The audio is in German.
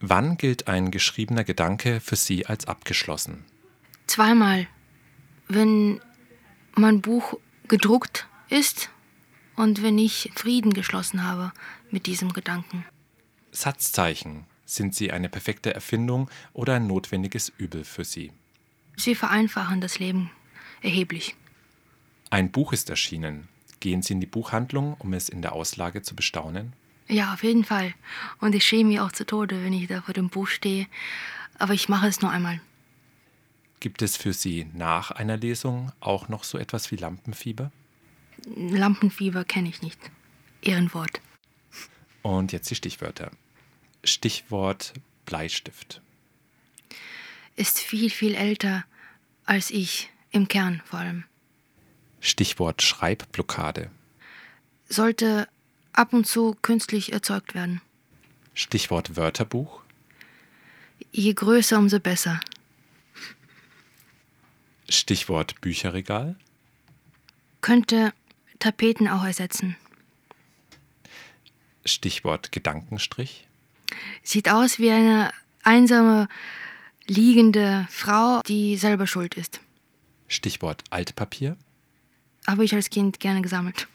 Wann gilt ein geschriebener Gedanke für Sie als abgeschlossen? Zweimal. Wenn mein Buch gedruckt ist und wenn ich Frieden geschlossen habe mit diesem Gedanken. Satzzeichen. Sind sie eine perfekte Erfindung oder ein notwendiges Übel für Sie? Sie vereinfachen das Leben erheblich. Ein Buch ist erschienen. Gehen Sie in die Buchhandlung, um es in der Auslage zu bestaunen? Ja, auf jeden Fall. Und ich schäme mich auch zu Tode, wenn ich da vor dem Buch stehe. Aber ich mache es nur einmal. Gibt es für Sie nach einer Lesung auch noch so etwas wie Lampenfieber? Lampenfieber kenne ich nicht. Ehrenwort. Und jetzt die Stichwörter. Stichwort Bleistift. Ist viel, viel älter als ich, im Kern vor allem. Stichwort Schreibblockade. Sollte ab und zu künstlich erzeugt werden. Stichwort Wörterbuch. Je größer, umso besser. Stichwort Bücherregal. Könnte Tapeten auch ersetzen. Stichwort Gedankenstrich. Sieht aus wie eine einsame, liegende Frau, die selber schuld ist. Stichwort Altpapier. Habe ich als Kind gerne gesammelt.